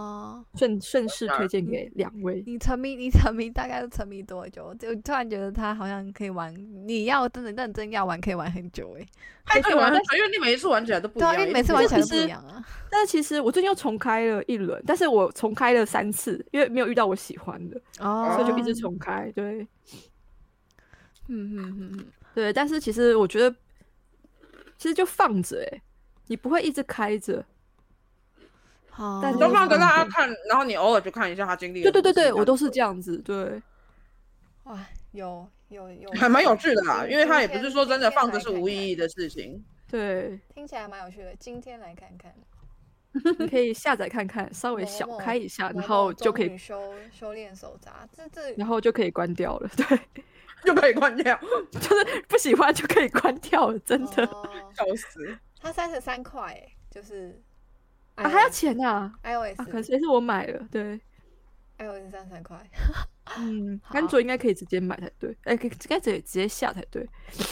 [SPEAKER 2] 顺顺势
[SPEAKER 1] 嗯
[SPEAKER 2] 推荐给两位。
[SPEAKER 1] 你沉迷，你沉迷大概是沉迷多久？就突然觉得他好像可以玩，你要真的认真要玩，可以玩很久哎、
[SPEAKER 3] 太久玩很啊久，因为你每一次玩起来都不一
[SPEAKER 1] 对啊，
[SPEAKER 3] 样。
[SPEAKER 1] 因为每次
[SPEAKER 3] 一
[SPEAKER 1] 玩
[SPEAKER 3] 直
[SPEAKER 1] 起来都不一样 啊。
[SPEAKER 2] 但是其实我最近又重开了一轮，但是我重开了三次，因为没有遇到我喜欢的，
[SPEAKER 1] 哦，
[SPEAKER 2] 所以就一直重开。对
[SPEAKER 1] 嗯嗯嗯 嗯，
[SPEAKER 2] 对，但是其实我觉得，其实就放着哎、欸，你不会一直开着。
[SPEAKER 1] 好，
[SPEAKER 2] 但
[SPEAKER 3] 你
[SPEAKER 2] 是
[SPEAKER 3] 都放着 让他看，啊然后你偶尔去看一下他经历
[SPEAKER 2] 对
[SPEAKER 3] 了什
[SPEAKER 2] 对
[SPEAKER 3] 么事
[SPEAKER 2] 对
[SPEAKER 3] 情。
[SPEAKER 2] 对，我
[SPEAKER 3] 这样
[SPEAKER 2] 都是这样子。对，
[SPEAKER 1] 哇，有有有，
[SPEAKER 3] 还蛮有趣的啦，
[SPEAKER 1] 今
[SPEAKER 3] 因为他也
[SPEAKER 1] 今
[SPEAKER 3] 不是
[SPEAKER 1] 天
[SPEAKER 3] 说真的
[SPEAKER 1] 今天
[SPEAKER 3] 放着
[SPEAKER 1] 来
[SPEAKER 3] 是
[SPEAKER 1] 看
[SPEAKER 3] 无
[SPEAKER 1] 看
[SPEAKER 3] 意义的事情。
[SPEAKER 2] 对，
[SPEAKER 1] 听起来蛮有趣的。今天来看看，
[SPEAKER 2] 你可以下载看看，稍微
[SPEAKER 1] 某
[SPEAKER 2] 小
[SPEAKER 1] 某
[SPEAKER 2] 开一下，啊然
[SPEAKER 1] 某某
[SPEAKER 2] 后就
[SPEAKER 1] 中
[SPEAKER 2] 可
[SPEAKER 1] 女
[SPEAKER 2] 以，
[SPEAKER 1] 修修炼手札，这这
[SPEAKER 2] 然后就可以关掉了。 对，
[SPEAKER 3] 就可以关掉，
[SPEAKER 2] 就是不喜欢就可以关掉了，真的。
[SPEAKER 1] 哦
[SPEAKER 3] 笑死！
[SPEAKER 1] 它三十三块哎，就是
[SPEAKER 2] 啊，
[SPEAKER 1] 哎
[SPEAKER 2] 还要钱呐、
[SPEAKER 1] iOS
[SPEAKER 2] 啊！可是也是我买了，对，
[SPEAKER 1] iOS 三十三块，
[SPEAKER 2] 嗯，
[SPEAKER 1] 好
[SPEAKER 2] 安卓应该可以直接买才对，哎、可以应该直接直接下才对，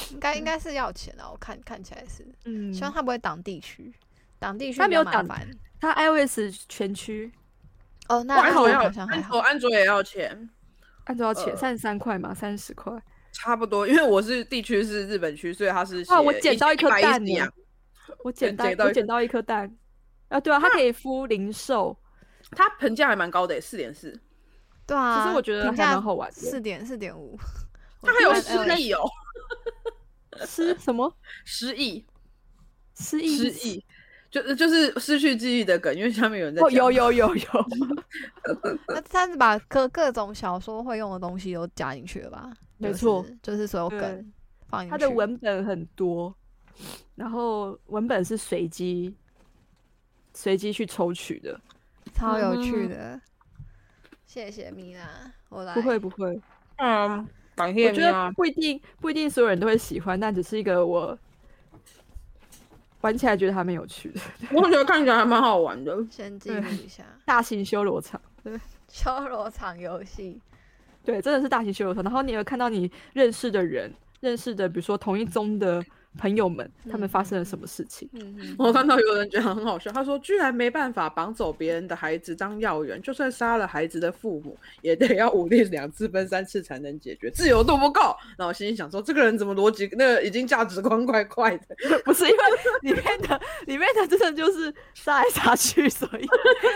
[SPEAKER 1] 应该应该是要钱啊的，我看看起来是。
[SPEAKER 2] 嗯，
[SPEAKER 1] 希望它不会挡地区，挡地区
[SPEAKER 2] 它
[SPEAKER 1] 比
[SPEAKER 2] 没
[SPEAKER 1] 较
[SPEAKER 2] 有
[SPEAKER 1] 麻
[SPEAKER 2] 挡
[SPEAKER 1] 烦
[SPEAKER 2] 它 iOS 全区
[SPEAKER 1] 哦。那
[SPEAKER 3] 哇安
[SPEAKER 1] 那
[SPEAKER 3] 卓
[SPEAKER 1] 我
[SPEAKER 3] 要
[SPEAKER 1] 好像还
[SPEAKER 3] 安
[SPEAKER 1] 好
[SPEAKER 3] 卓，安卓也要钱，
[SPEAKER 2] 安卓要钱
[SPEAKER 3] 呃
[SPEAKER 2] 三十三块嘛，三十块，
[SPEAKER 3] 差不多。因为我是地区是日本区，所以他是
[SPEAKER 2] 哇我
[SPEAKER 3] 写
[SPEAKER 2] 捡到一颗
[SPEAKER 3] 110
[SPEAKER 2] 蛋耶
[SPEAKER 3] 洋
[SPEAKER 2] 我捡到
[SPEAKER 3] 捡到
[SPEAKER 2] 我
[SPEAKER 3] 一
[SPEAKER 2] 捡到一颗蛋，啊，对啊，它可以敷零售，
[SPEAKER 3] 它评价还蛮高的欸耶，四点四，
[SPEAKER 1] 对啊，
[SPEAKER 2] 其实我觉得
[SPEAKER 1] 评
[SPEAKER 2] 还
[SPEAKER 1] 价
[SPEAKER 2] 蛮好玩的
[SPEAKER 1] 四点四点 五，
[SPEAKER 3] 它还有
[SPEAKER 1] 我觉
[SPEAKER 2] 呃
[SPEAKER 1] 得
[SPEAKER 3] 失忆哦，
[SPEAKER 2] 失什么
[SPEAKER 3] 失忆，
[SPEAKER 2] 失忆
[SPEAKER 3] 失忆，就就是失去记忆的梗，因为下面有人在
[SPEAKER 2] 哦，有
[SPEAKER 3] 讲
[SPEAKER 2] 有有有，
[SPEAKER 1] 它它哎是把各各种小说会用的东西都加进去了吧？
[SPEAKER 2] 没
[SPEAKER 1] 就是
[SPEAKER 2] 错，
[SPEAKER 1] 就是所有
[SPEAKER 2] 对
[SPEAKER 1] 梗放进去。
[SPEAKER 2] 它的文本很多，然后文本是随机随机去抽取的，
[SPEAKER 1] 超有趣
[SPEAKER 6] 嗯
[SPEAKER 1] 的，谢谢米娜，我来
[SPEAKER 2] 不会不会，
[SPEAKER 3] 嗯，感谢
[SPEAKER 2] 我
[SPEAKER 3] 你
[SPEAKER 2] 觉
[SPEAKER 3] 啊
[SPEAKER 2] 得，不一定不一定所有人都会喜欢，但只是一个我玩起来觉得还蛮有趣的
[SPEAKER 3] 我觉得看起来还蛮好玩的。
[SPEAKER 1] 先记录一下
[SPEAKER 2] 大型修罗场。
[SPEAKER 1] 修罗场游戏。
[SPEAKER 2] 对，真的是大型修罗场。然后你有看到你认识的人，认识的比如说同一宗的朋友们，他们发生了什么事情？
[SPEAKER 1] 嗯
[SPEAKER 3] 我看到有人觉得很好笑，他说居然没办法绑走别人的孩子当药人，就算杀了孩子的父母，也得要武力两次分三次才能解决，自由度不够。然后我心里想说，这个人怎么逻辑那个已经价值观怪怪的，
[SPEAKER 2] 不是因为里面的里面的真的就是杀来杀去，所以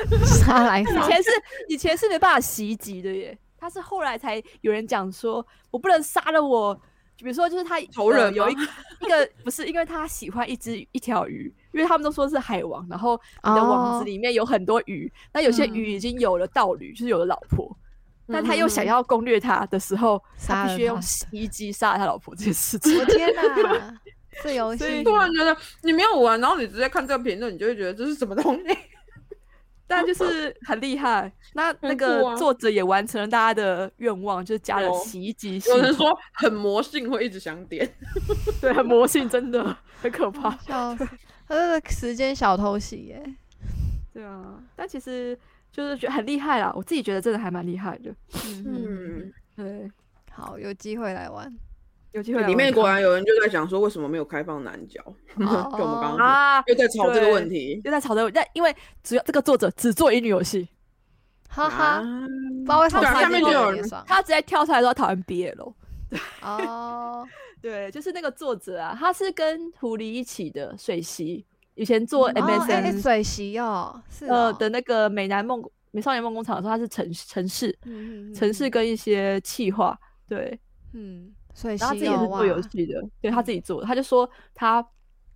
[SPEAKER 1] 哼， 杀来
[SPEAKER 2] 以
[SPEAKER 1] 杀
[SPEAKER 2] 前是以前是没办法袭击的耶。他是后来才有人讲说，我不能杀了我，比如说就是他
[SPEAKER 3] 仇
[SPEAKER 2] 呃
[SPEAKER 3] 人
[SPEAKER 2] 有
[SPEAKER 3] 吗
[SPEAKER 2] 一一个不是因为他喜欢一只一条鱼，因为他们都说是海王，然后你的网
[SPEAKER 1] 哦
[SPEAKER 2] 子里面有很多鱼，那有些
[SPEAKER 1] 嗯
[SPEAKER 2] 鱼已经有了道侣，就是有了老婆，
[SPEAKER 3] 嗯
[SPEAKER 2] 但他又想要攻略他的时候，
[SPEAKER 1] 杀
[SPEAKER 2] 他
[SPEAKER 1] 了
[SPEAKER 2] 必须用
[SPEAKER 1] 他
[SPEAKER 2] 袭击杀了他老婆这件事 情。
[SPEAKER 1] 我天哪，这游
[SPEAKER 2] 所
[SPEAKER 1] 戏
[SPEAKER 2] 以
[SPEAKER 3] 突然觉得你没有玩，然后你直接看这个评论，你就会觉得这是什么东西？
[SPEAKER 2] 但就是很厉害。那那
[SPEAKER 3] 很酷
[SPEAKER 2] 个
[SPEAKER 3] 啊
[SPEAKER 2] 作者也完成了大家的愿望，就是加了
[SPEAKER 3] 有
[SPEAKER 2] 洗衣机系
[SPEAKER 3] 有人
[SPEAKER 2] 统，
[SPEAKER 3] 说很魔性，会一直想点。
[SPEAKER 2] 对，很魔性，真的很可怕。
[SPEAKER 1] 笑死，他这个时间小偷袭耶，
[SPEAKER 2] 对啊，但其实就是觉得很厉害啦，我自己觉得真的还蛮厉害的。
[SPEAKER 3] 嗯，
[SPEAKER 2] 对，
[SPEAKER 1] 好，有机会来 玩。
[SPEAKER 2] 有机会来
[SPEAKER 3] 里面
[SPEAKER 2] 玩
[SPEAKER 3] 果
[SPEAKER 2] 啊看
[SPEAKER 3] 然有人就在讲说为什么没有开放南角，就我们
[SPEAKER 1] 哦
[SPEAKER 3] 刚刚
[SPEAKER 2] 啊，
[SPEAKER 3] 又在吵这个问 题。
[SPEAKER 2] 又在吵着，但因为只有这个作者只做乙女游戏，
[SPEAKER 1] 哈
[SPEAKER 3] 啊
[SPEAKER 1] 哈，不知道为什么
[SPEAKER 3] 对啊下面就有人
[SPEAKER 1] 人爽
[SPEAKER 2] 他直接跳出来说他讨厌 BL。 哎
[SPEAKER 1] 哦，
[SPEAKER 2] 对，就是那个作者啊，他是跟狐狸一起的水席，以前做
[SPEAKER 1] 哦哎
[SPEAKER 2] MSN
[SPEAKER 1] 哎水席哦，是
[SPEAKER 2] 呃
[SPEAKER 1] 哦
[SPEAKER 2] 的，那个美男梦美少年梦工厂的时候，它是城城市
[SPEAKER 1] 嗯嗯
[SPEAKER 2] 城市跟一些企划，对，
[SPEAKER 1] 嗯，水
[SPEAKER 2] 然后他自己
[SPEAKER 1] 席
[SPEAKER 2] 也是
[SPEAKER 1] 哦
[SPEAKER 2] 做游
[SPEAKER 1] 哇，
[SPEAKER 2] 戏的，对他自己做的，他就说他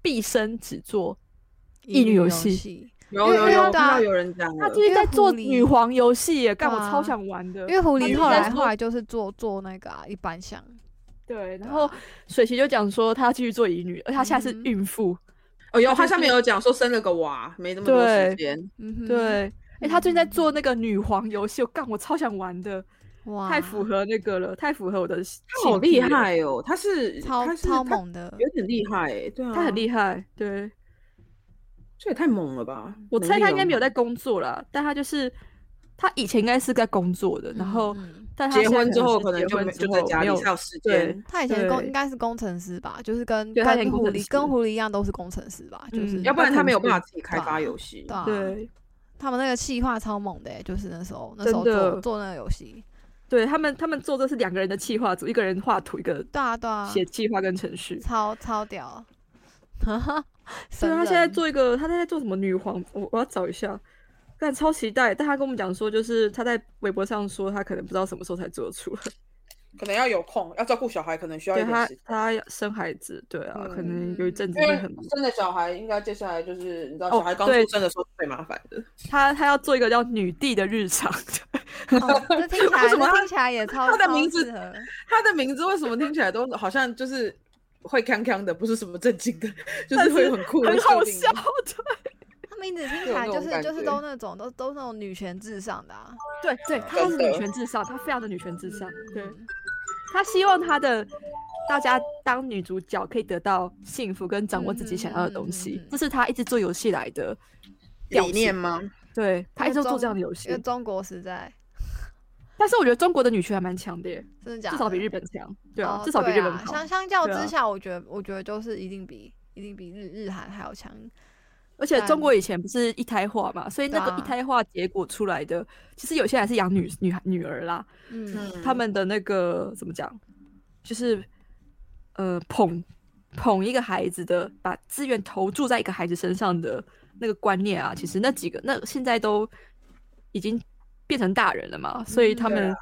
[SPEAKER 2] 毕生只做，
[SPEAKER 1] 乙
[SPEAKER 2] 乙女游戏
[SPEAKER 1] 戏，
[SPEAKER 3] 有有有，我看
[SPEAKER 1] 对啊
[SPEAKER 3] 到有人讲
[SPEAKER 2] 他
[SPEAKER 3] 了
[SPEAKER 2] 最。近在做
[SPEAKER 1] 因为狐狸
[SPEAKER 2] 女皇游戏耶，干
[SPEAKER 1] 对
[SPEAKER 2] 我
[SPEAKER 1] 啊
[SPEAKER 2] 超想玩的
[SPEAKER 1] 因，为狐
[SPEAKER 2] 他
[SPEAKER 1] 狸
[SPEAKER 2] 就
[SPEAKER 1] 后
[SPEAKER 2] 在
[SPEAKER 1] 来
[SPEAKER 2] 说
[SPEAKER 1] 后来就是做做那个啊一般像，
[SPEAKER 2] 对，然后水席就讲说他要继续做乙女，而他现在是
[SPEAKER 1] 嗯哼
[SPEAKER 2] 孕妇，
[SPEAKER 3] 哦，有，
[SPEAKER 2] 他
[SPEAKER 3] 他
[SPEAKER 2] 就
[SPEAKER 3] 下面
[SPEAKER 2] 是
[SPEAKER 3] 有讲说生了个娃，没那么多时
[SPEAKER 2] 对
[SPEAKER 3] 间。
[SPEAKER 1] 嗯哼，
[SPEAKER 2] 对。哎、他最近在做那个女皇游戏，我干，我超想玩的，
[SPEAKER 1] 哇，
[SPEAKER 2] 太符合那个了，太符合我的兴
[SPEAKER 3] 他好厉
[SPEAKER 2] 趣了，
[SPEAKER 3] 害哦，他是
[SPEAKER 1] 超
[SPEAKER 3] 他是
[SPEAKER 1] 超
[SPEAKER 3] 他
[SPEAKER 1] 猛的，
[SPEAKER 3] 有点厉害哎，对啊，
[SPEAKER 2] 他很厉害，对，
[SPEAKER 3] 这也太猛了吧！
[SPEAKER 2] 嗯我猜他应该没有
[SPEAKER 3] 在
[SPEAKER 2] 在工作啦，但他就是他以前应该是在工作的，然后
[SPEAKER 1] 嗯嗯
[SPEAKER 2] 但他
[SPEAKER 3] 结
[SPEAKER 2] 现在
[SPEAKER 3] 婚之后可
[SPEAKER 2] 可
[SPEAKER 3] 能
[SPEAKER 2] 是结
[SPEAKER 3] 就
[SPEAKER 2] 婚
[SPEAKER 3] 没
[SPEAKER 2] 之
[SPEAKER 3] 就
[SPEAKER 2] 后
[SPEAKER 3] 在家
[SPEAKER 2] 没
[SPEAKER 3] 里
[SPEAKER 2] 有
[SPEAKER 3] 才有时
[SPEAKER 2] 对
[SPEAKER 3] 间，
[SPEAKER 1] 他以前工
[SPEAKER 2] 对
[SPEAKER 1] 应该是工程师吧，就是跟
[SPEAKER 2] 对他以
[SPEAKER 1] 跟
[SPEAKER 2] 前工
[SPEAKER 1] 狐
[SPEAKER 2] 程
[SPEAKER 1] 狸
[SPEAKER 2] 师
[SPEAKER 1] 跟狐狸一样都是工程师吧，就是
[SPEAKER 2] 嗯
[SPEAKER 3] 要不然他没有办
[SPEAKER 2] 他
[SPEAKER 3] 法
[SPEAKER 2] 可
[SPEAKER 3] 自己开
[SPEAKER 1] 对啊
[SPEAKER 3] 发游戏。
[SPEAKER 1] 对啊，
[SPEAKER 2] 对
[SPEAKER 1] 他们那个企划超猛的欸，就是那时候那
[SPEAKER 2] 真
[SPEAKER 1] 时候
[SPEAKER 2] 的
[SPEAKER 1] 做做那个游戏，
[SPEAKER 2] 对，他们他们做这是两个人的企划组，一个人画图，一个
[SPEAKER 1] 对啊对啊，
[SPEAKER 2] 写企划跟程序。
[SPEAKER 1] 超超屌，
[SPEAKER 2] 所
[SPEAKER 1] 所
[SPEAKER 2] 以啊他现在做一个，他在做什么女皇？我我要找一下，但超期待。但他跟我们讲说，就是他在微博上说，他可能不知道什么时候才做得出来。
[SPEAKER 3] 可能要有空，要照顾小孩，可能需要
[SPEAKER 2] 对
[SPEAKER 3] 一点
[SPEAKER 2] 他
[SPEAKER 3] 时间，。嗯
[SPEAKER 2] 他要生孩子，对啊，可能有一阵子
[SPEAKER 3] 因
[SPEAKER 2] 会
[SPEAKER 3] 为
[SPEAKER 2] 很忙。
[SPEAKER 3] 生了小孩，应该接下来就是你知道，
[SPEAKER 2] 哦
[SPEAKER 3] 小孩刚
[SPEAKER 2] 对
[SPEAKER 3] 出生的时候是最麻烦的。
[SPEAKER 2] 他他要做一个叫女帝的日常，
[SPEAKER 1] 哦这听起来
[SPEAKER 3] 为什么
[SPEAKER 1] 这
[SPEAKER 3] 他
[SPEAKER 1] 听起来也超
[SPEAKER 3] 他的
[SPEAKER 1] 超
[SPEAKER 3] 名字
[SPEAKER 1] 适合
[SPEAKER 3] 他的名字为什么听起来都好像就是会康康的，不是什么正经的，就
[SPEAKER 2] 但
[SPEAKER 3] 是
[SPEAKER 2] 是
[SPEAKER 3] 会有很酷的
[SPEAKER 2] 很
[SPEAKER 3] 设
[SPEAKER 2] 好
[SPEAKER 3] 定
[SPEAKER 2] 笑。对
[SPEAKER 1] 他名字听
[SPEAKER 3] 有
[SPEAKER 1] 起来
[SPEAKER 3] 那
[SPEAKER 1] 就
[SPEAKER 3] 种
[SPEAKER 1] 是
[SPEAKER 3] 感
[SPEAKER 1] 就是
[SPEAKER 3] 觉
[SPEAKER 1] 都那种都都是那种女权至上的啊，
[SPEAKER 2] 对对，他都是
[SPEAKER 3] 真的
[SPEAKER 2] 女权至上，他非常的女权至上。对
[SPEAKER 1] 嗯
[SPEAKER 2] 他希望他的大家当女主角可以得到幸福跟掌握自己想要的东西，
[SPEAKER 1] 嗯嗯嗯嗯嗯
[SPEAKER 2] 这是他一直做游戏来的调
[SPEAKER 3] 理
[SPEAKER 2] 性
[SPEAKER 3] 念吗？
[SPEAKER 2] 对他一直都
[SPEAKER 1] 中
[SPEAKER 2] 做这样的游
[SPEAKER 1] 因为
[SPEAKER 2] 戏，
[SPEAKER 1] 中国实在
[SPEAKER 2] 但是我觉得中国的女权还蛮强的耶，
[SPEAKER 1] 真的假的，
[SPEAKER 2] 至少比日本强，对啊，
[SPEAKER 1] 哦
[SPEAKER 2] 至少比
[SPEAKER 1] 对
[SPEAKER 2] 日本
[SPEAKER 1] 啊
[SPEAKER 2] 好。
[SPEAKER 1] 相相较
[SPEAKER 2] 对啊
[SPEAKER 1] 之下，我觉得我觉得就是一定比一定比日日韩还要强。
[SPEAKER 2] 而且
[SPEAKER 1] 但
[SPEAKER 2] 中国以前不是一胎化嘛，所以那
[SPEAKER 1] 对啊
[SPEAKER 2] 个一胎化结果出来的，其实有些还是养女女孩女儿啦，
[SPEAKER 1] 嗯，
[SPEAKER 2] 他们的那个怎么讲，就是呃捧捧一个孩子的，把资源投注在一个孩子身上的那个观念啊，其实那几个那现在都已经变成大人了嘛，所以他
[SPEAKER 3] 嗯对啊
[SPEAKER 2] 们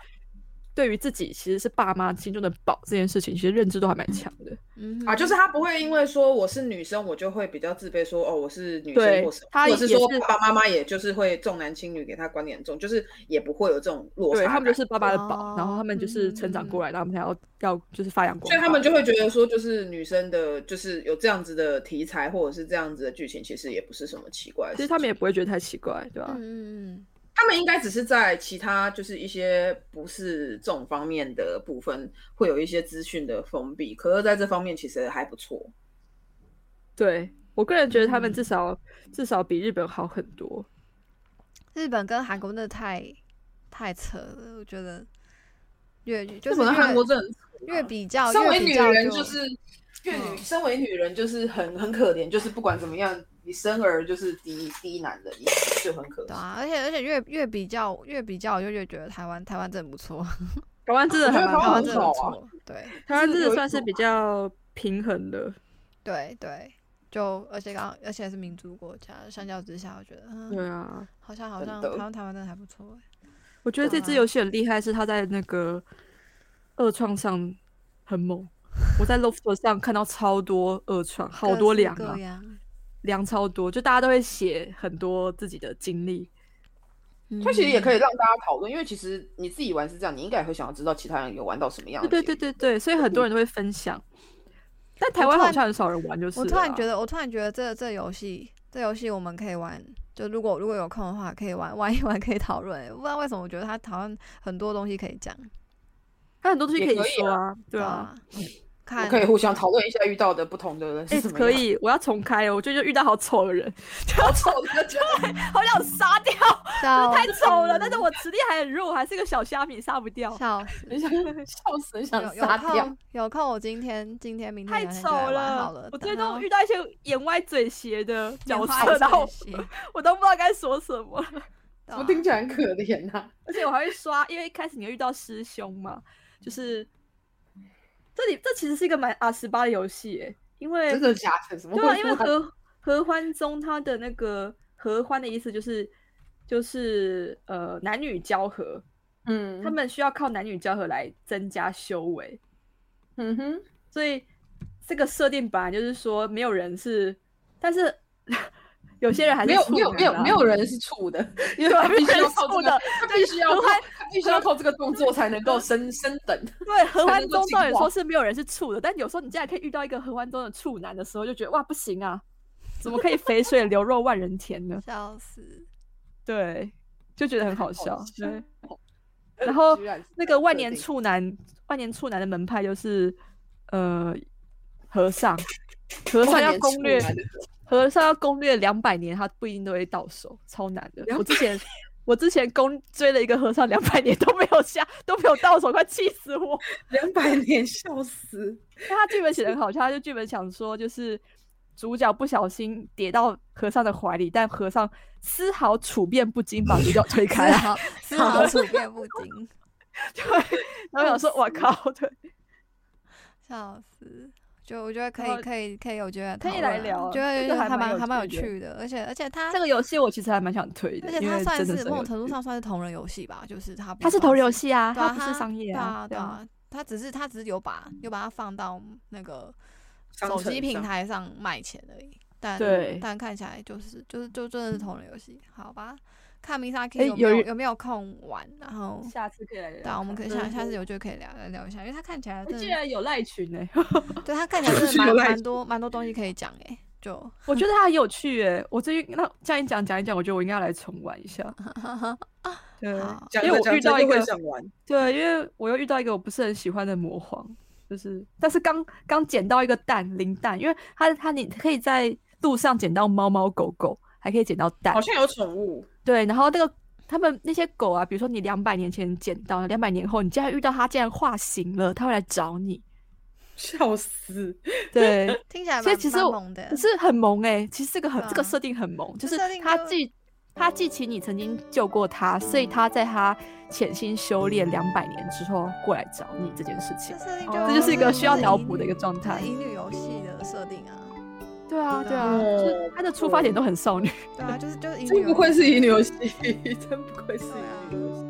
[SPEAKER 2] 对于自己其实是爸妈心中的宝这件事情，其实认知都还蛮强的。
[SPEAKER 1] 嗯
[SPEAKER 3] 啊，就是
[SPEAKER 1] 哼
[SPEAKER 3] 他不会因为说我是女生，我就会比较自卑说，哦我是女
[SPEAKER 2] 对
[SPEAKER 3] 生或什么，
[SPEAKER 2] 他
[SPEAKER 3] 或者是
[SPEAKER 2] 也
[SPEAKER 3] 说
[SPEAKER 2] 是
[SPEAKER 3] 爸爸妈妈也就是会重男轻女，给他观念很重，就是也不会有这种落差
[SPEAKER 2] 对
[SPEAKER 3] 感。
[SPEAKER 2] 他们就是爸爸的宝，然后
[SPEAKER 1] 哦
[SPEAKER 2] 他们就是成长过来，然后他们才要要就是发扬光
[SPEAKER 3] 所
[SPEAKER 2] 大。
[SPEAKER 3] 以他们就会觉得说，就是女生的，就是有这样子的题材或者是这样子的剧情，其实也不是什么奇怪的事情。
[SPEAKER 2] 其实他们也不会觉得太奇怪，对吧、
[SPEAKER 1] 嗯嗯
[SPEAKER 3] 他们应该只是在其他就是一些不是这种方面的部分，会有一些资讯的封闭，可是在这方面其实还不错。
[SPEAKER 2] 对我个人觉得他们
[SPEAKER 1] 嗯
[SPEAKER 2] 至少、至少比日本好很多。
[SPEAKER 1] 嗯，日本跟韩国真的太太扯了，我觉得越就
[SPEAKER 3] 日
[SPEAKER 1] 是
[SPEAKER 3] 本跟韩国
[SPEAKER 1] 越
[SPEAKER 3] 真的很扯啊
[SPEAKER 1] 越比较，
[SPEAKER 3] 身
[SPEAKER 1] 越
[SPEAKER 3] 为
[SPEAKER 1] 哦比
[SPEAKER 3] 女
[SPEAKER 1] 较嗯
[SPEAKER 3] 人就是越女，身为女人就是很很可怜，就是不管怎么样，你生儿就是低低男的意思，就很可
[SPEAKER 1] 对
[SPEAKER 3] 怜。
[SPEAKER 1] 啊，而且而且越越比较越比较，我就越觉得台湾台湾真的不错，
[SPEAKER 2] 台湾真的
[SPEAKER 3] 我觉
[SPEAKER 2] 还
[SPEAKER 3] 得
[SPEAKER 2] 蛮
[SPEAKER 1] 台
[SPEAKER 3] 台湾
[SPEAKER 1] 湾
[SPEAKER 3] 很
[SPEAKER 1] 真的不
[SPEAKER 3] 好啊
[SPEAKER 1] 错，对
[SPEAKER 2] 台湾
[SPEAKER 3] 是
[SPEAKER 2] 真
[SPEAKER 3] 有
[SPEAKER 2] 的
[SPEAKER 3] 一
[SPEAKER 2] 算是
[SPEAKER 3] 种
[SPEAKER 2] 比较平衡的。
[SPEAKER 1] 对对，就而且刚而且是民族国家，相较之下，我觉得嗯，
[SPEAKER 2] 对啊，
[SPEAKER 1] 好像好
[SPEAKER 3] 真
[SPEAKER 1] 像
[SPEAKER 3] 的
[SPEAKER 1] 台湾台湾真的还不错欸。
[SPEAKER 2] 我觉得这支游戏很厉害，是它在那个二创上很猛。我在 Loft 上看到超多二创，好
[SPEAKER 1] 各
[SPEAKER 2] 多
[SPEAKER 1] 式
[SPEAKER 2] 粮
[SPEAKER 1] 各
[SPEAKER 2] 啊，
[SPEAKER 1] 样，
[SPEAKER 2] 粮超多，就大家都会写很多自己的经历。
[SPEAKER 3] 它其实
[SPEAKER 2] 嗯
[SPEAKER 3] 也可
[SPEAKER 1] 以。
[SPEAKER 3] 以让大家讨论，因为其实你自己玩是这样，你应该也会想要知道其他人有玩到什么样
[SPEAKER 2] 对
[SPEAKER 3] 的。
[SPEAKER 2] 对对，对对，所以很多人都会分享。但台湾
[SPEAKER 1] 突然
[SPEAKER 2] 好像很少人玩，就是啊
[SPEAKER 1] 我突然觉
[SPEAKER 2] 得
[SPEAKER 1] 得，我突然觉得这这游戏，这游戏我们可以玩，就如果如果有空的话，可以玩玩一玩，可以讨论欸。不知道为什么，我觉得它好像很多东西可以讲，
[SPEAKER 2] 它很多东西
[SPEAKER 3] 也
[SPEAKER 2] 可以
[SPEAKER 3] 可以
[SPEAKER 2] 说啊，对啊。
[SPEAKER 1] 吧？ 看
[SPEAKER 3] 我可以互相讨论一下遇到的不同的人
[SPEAKER 2] 哎、
[SPEAKER 3] 是怎么啊
[SPEAKER 2] 可
[SPEAKER 3] 样，
[SPEAKER 2] 以，我要重开哦！我最近就遇到好丑的人，
[SPEAKER 3] 好丑的觉得
[SPEAKER 2] 好想杀掉，
[SPEAKER 1] 笑
[SPEAKER 2] 太丑了。
[SPEAKER 1] 死
[SPEAKER 2] 但是我实力还很弱，我还是个小虾米，杀不掉，
[SPEAKER 1] 笑死。
[SPEAKER 3] 很想笑死，很
[SPEAKER 1] 有
[SPEAKER 3] 想
[SPEAKER 1] 有
[SPEAKER 3] 杀掉。
[SPEAKER 1] 空有空，我今天今天明天
[SPEAKER 2] 太
[SPEAKER 1] 两天
[SPEAKER 2] 丑
[SPEAKER 1] 就来玩好了。
[SPEAKER 2] 我最
[SPEAKER 1] 然
[SPEAKER 2] 近
[SPEAKER 1] 后
[SPEAKER 2] 遇到一些眼歪嘴斜的角
[SPEAKER 1] 拈花
[SPEAKER 2] 色，然后
[SPEAKER 1] 一 次血
[SPEAKER 2] 我都不知道该说什么，
[SPEAKER 1] 对
[SPEAKER 3] 我
[SPEAKER 1] 啊
[SPEAKER 3] 听起来很可怜呐、
[SPEAKER 2] 而且我还会刷，因为一开始你会遇到师兄嘛，就是这里这其实是一个蛮啊十八的游戏耶，因为
[SPEAKER 3] 真的假的？怎么会
[SPEAKER 2] 对啊，因为
[SPEAKER 3] 这样
[SPEAKER 2] 合合欢宗它的那个合欢的意思就是就是呃男女交合，
[SPEAKER 3] 嗯，
[SPEAKER 2] 他们需要靠男女交合来增加修为，
[SPEAKER 3] 嗯哼，
[SPEAKER 2] 所以这个设定本来就是说没有人是，但是 有些人还是
[SPEAKER 3] 没有
[SPEAKER 2] 处
[SPEAKER 3] 没有没
[SPEAKER 2] 男
[SPEAKER 3] 有
[SPEAKER 2] 啊
[SPEAKER 3] 没 有人是处的，因为
[SPEAKER 2] 对
[SPEAKER 3] 他必须
[SPEAKER 2] 没有
[SPEAKER 3] 要
[SPEAKER 2] 人是
[SPEAKER 3] 靠这
[SPEAKER 2] 处
[SPEAKER 3] 个
[SPEAKER 2] 的，
[SPEAKER 3] 他必须要
[SPEAKER 2] 合
[SPEAKER 3] 靠
[SPEAKER 2] 欢
[SPEAKER 3] 他必须要靠这个动作才能够升升等。
[SPEAKER 2] 对合
[SPEAKER 3] 才
[SPEAKER 2] 欢
[SPEAKER 3] 能够
[SPEAKER 2] 宗
[SPEAKER 3] 进
[SPEAKER 2] 照理
[SPEAKER 3] 化
[SPEAKER 2] 说是没有人是处的，但有时候你竟然可以遇到一个合欢宗的处男的时候，就觉得哇不行啊，怎么可以肥水流肉万人田呢？
[SPEAKER 1] 啊笑死，
[SPEAKER 2] 对，就觉得很好 笑。
[SPEAKER 3] 笑
[SPEAKER 2] 对， 然后
[SPEAKER 3] 哦居然是
[SPEAKER 2] 那
[SPEAKER 3] 这
[SPEAKER 2] 个
[SPEAKER 3] 样
[SPEAKER 2] 万
[SPEAKER 3] 设
[SPEAKER 2] 年
[SPEAKER 3] 定
[SPEAKER 2] 处男，万年处男的门派就是呃和尚，和尚
[SPEAKER 3] 万
[SPEAKER 2] 要
[SPEAKER 3] 年
[SPEAKER 2] 攻
[SPEAKER 3] 处
[SPEAKER 2] 略
[SPEAKER 3] 男的
[SPEAKER 2] 和尚要攻略两百年，他不一定都会到手，超难的。我之前我之前公追了一个合唱两百年都没有下，都没有到手，快气死我！
[SPEAKER 3] 两百年，笑死！
[SPEAKER 2] 因为他剧本写的很好笑，他就剧本想说，就是主角不小心跌到和尚的怀里，但和尚丝毫处变不惊，把主角推 开
[SPEAKER 1] 丝
[SPEAKER 2] 了。
[SPEAKER 1] 毫丝毫处变不惊，
[SPEAKER 2] 然后想说，我靠，对，
[SPEAKER 1] 笑死！就我觉得可
[SPEAKER 2] 然
[SPEAKER 1] 以，
[SPEAKER 2] 后
[SPEAKER 1] 可以，可以，我觉得
[SPEAKER 2] 可以
[SPEAKER 1] 讨
[SPEAKER 2] 来
[SPEAKER 1] 论啊
[SPEAKER 2] 聊
[SPEAKER 1] 觉
[SPEAKER 2] 这
[SPEAKER 1] 得
[SPEAKER 2] 个还
[SPEAKER 1] 还
[SPEAKER 2] 蛮
[SPEAKER 1] 蛮
[SPEAKER 2] 有
[SPEAKER 1] 还蛮有
[SPEAKER 2] 趣的
[SPEAKER 1] 趣的，而且而且它
[SPEAKER 2] 这个游戏我其实还蛮想推的，
[SPEAKER 1] 而且
[SPEAKER 2] 因
[SPEAKER 1] 它
[SPEAKER 2] 为
[SPEAKER 1] 算
[SPEAKER 2] 真的
[SPEAKER 1] 是
[SPEAKER 2] 很
[SPEAKER 1] 某种
[SPEAKER 2] 有
[SPEAKER 1] 程度
[SPEAKER 2] 趣
[SPEAKER 1] 上算是同人游戏吧，就是它不
[SPEAKER 2] 它是
[SPEAKER 1] 算
[SPEAKER 2] 同人游戏啊，
[SPEAKER 1] 对啊，
[SPEAKER 2] 它不是商业
[SPEAKER 1] 对啊，对
[SPEAKER 2] 对
[SPEAKER 1] 啊，它只是它只是有把有把它放到那个
[SPEAKER 3] 商
[SPEAKER 1] 手
[SPEAKER 3] 城
[SPEAKER 1] 机平
[SPEAKER 3] 上
[SPEAKER 1] 台上卖钱而已，但
[SPEAKER 2] 对
[SPEAKER 1] 但看起来就是就是就真的是同人游戏，好吧？看 Misa
[SPEAKER 2] 哎
[SPEAKER 1] K 有没
[SPEAKER 2] 有
[SPEAKER 1] 有
[SPEAKER 2] 人
[SPEAKER 1] 有没有空玩，然后
[SPEAKER 2] 下次可以来聊
[SPEAKER 1] 嗯对啊，我们可以下
[SPEAKER 3] 嗯
[SPEAKER 1] 下次有就可以聊来聊一下，因为它看起来真
[SPEAKER 2] 竟
[SPEAKER 1] 的，
[SPEAKER 2] 哎然有赖群呢、
[SPEAKER 1] 对它看起来真
[SPEAKER 3] 是
[SPEAKER 1] 的蛮
[SPEAKER 3] 有赖
[SPEAKER 1] 蛮多蛮多东西可以讲哎，就
[SPEAKER 2] 我觉得它很有趣哎、 我最近那这样一讲讲一讲，我觉得我应该要来重 玩一下。对，
[SPEAKER 1] 好
[SPEAKER 3] 讲
[SPEAKER 2] 因为
[SPEAKER 3] 着
[SPEAKER 2] 我遇
[SPEAKER 3] 讲
[SPEAKER 2] 到
[SPEAKER 3] 着
[SPEAKER 2] 一
[SPEAKER 3] 就会
[SPEAKER 2] 个
[SPEAKER 3] 想玩，
[SPEAKER 2] 对，因为我又遇到一个我不是很喜欢的魔皇，就是但是刚刚捡到一个蛋零蛋，因为它它你可以在路上捡到猫猫狗狗，还可以捡到蛋
[SPEAKER 3] 好。像有宠物，
[SPEAKER 2] 对，然后那个他们那些狗啊，比如说你两百年前捡到，两百年后你竟然遇到它竟然化形了，它会来 找你。
[SPEAKER 3] 笑死！
[SPEAKER 2] 对，
[SPEAKER 1] 听起来
[SPEAKER 2] 所以
[SPEAKER 1] 蛮
[SPEAKER 2] 其实
[SPEAKER 1] 蛮
[SPEAKER 2] 我
[SPEAKER 1] 萌的
[SPEAKER 2] 可，是很萌哎、其实这个很、
[SPEAKER 1] 对啊
[SPEAKER 2] 这个设定很萌，
[SPEAKER 1] 这
[SPEAKER 2] 就是
[SPEAKER 1] 设定
[SPEAKER 2] 他
[SPEAKER 1] 就
[SPEAKER 2] 记他记起你曾经救过他，所以他在他潜心修炼两百年之后过来找你这件事情
[SPEAKER 1] 这。设定就
[SPEAKER 2] 这
[SPEAKER 3] 哦
[SPEAKER 2] 就是一个需要
[SPEAKER 1] 是
[SPEAKER 2] 脑
[SPEAKER 1] 乙
[SPEAKER 2] 补的一
[SPEAKER 1] 女
[SPEAKER 2] 个状态
[SPEAKER 1] 是。乙女游戏的设定啊，
[SPEAKER 2] 对啊，对啊，
[SPEAKER 1] 哦
[SPEAKER 2] 就是他的出发点都很少女。
[SPEAKER 1] 对啊，就是就是乙女
[SPEAKER 3] 真
[SPEAKER 1] 游
[SPEAKER 3] 不愧
[SPEAKER 1] 戏
[SPEAKER 3] 是乙女游戏，真不愧是乙
[SPEAKER 1] 对啊
[SPEAKER 3] 女游戏。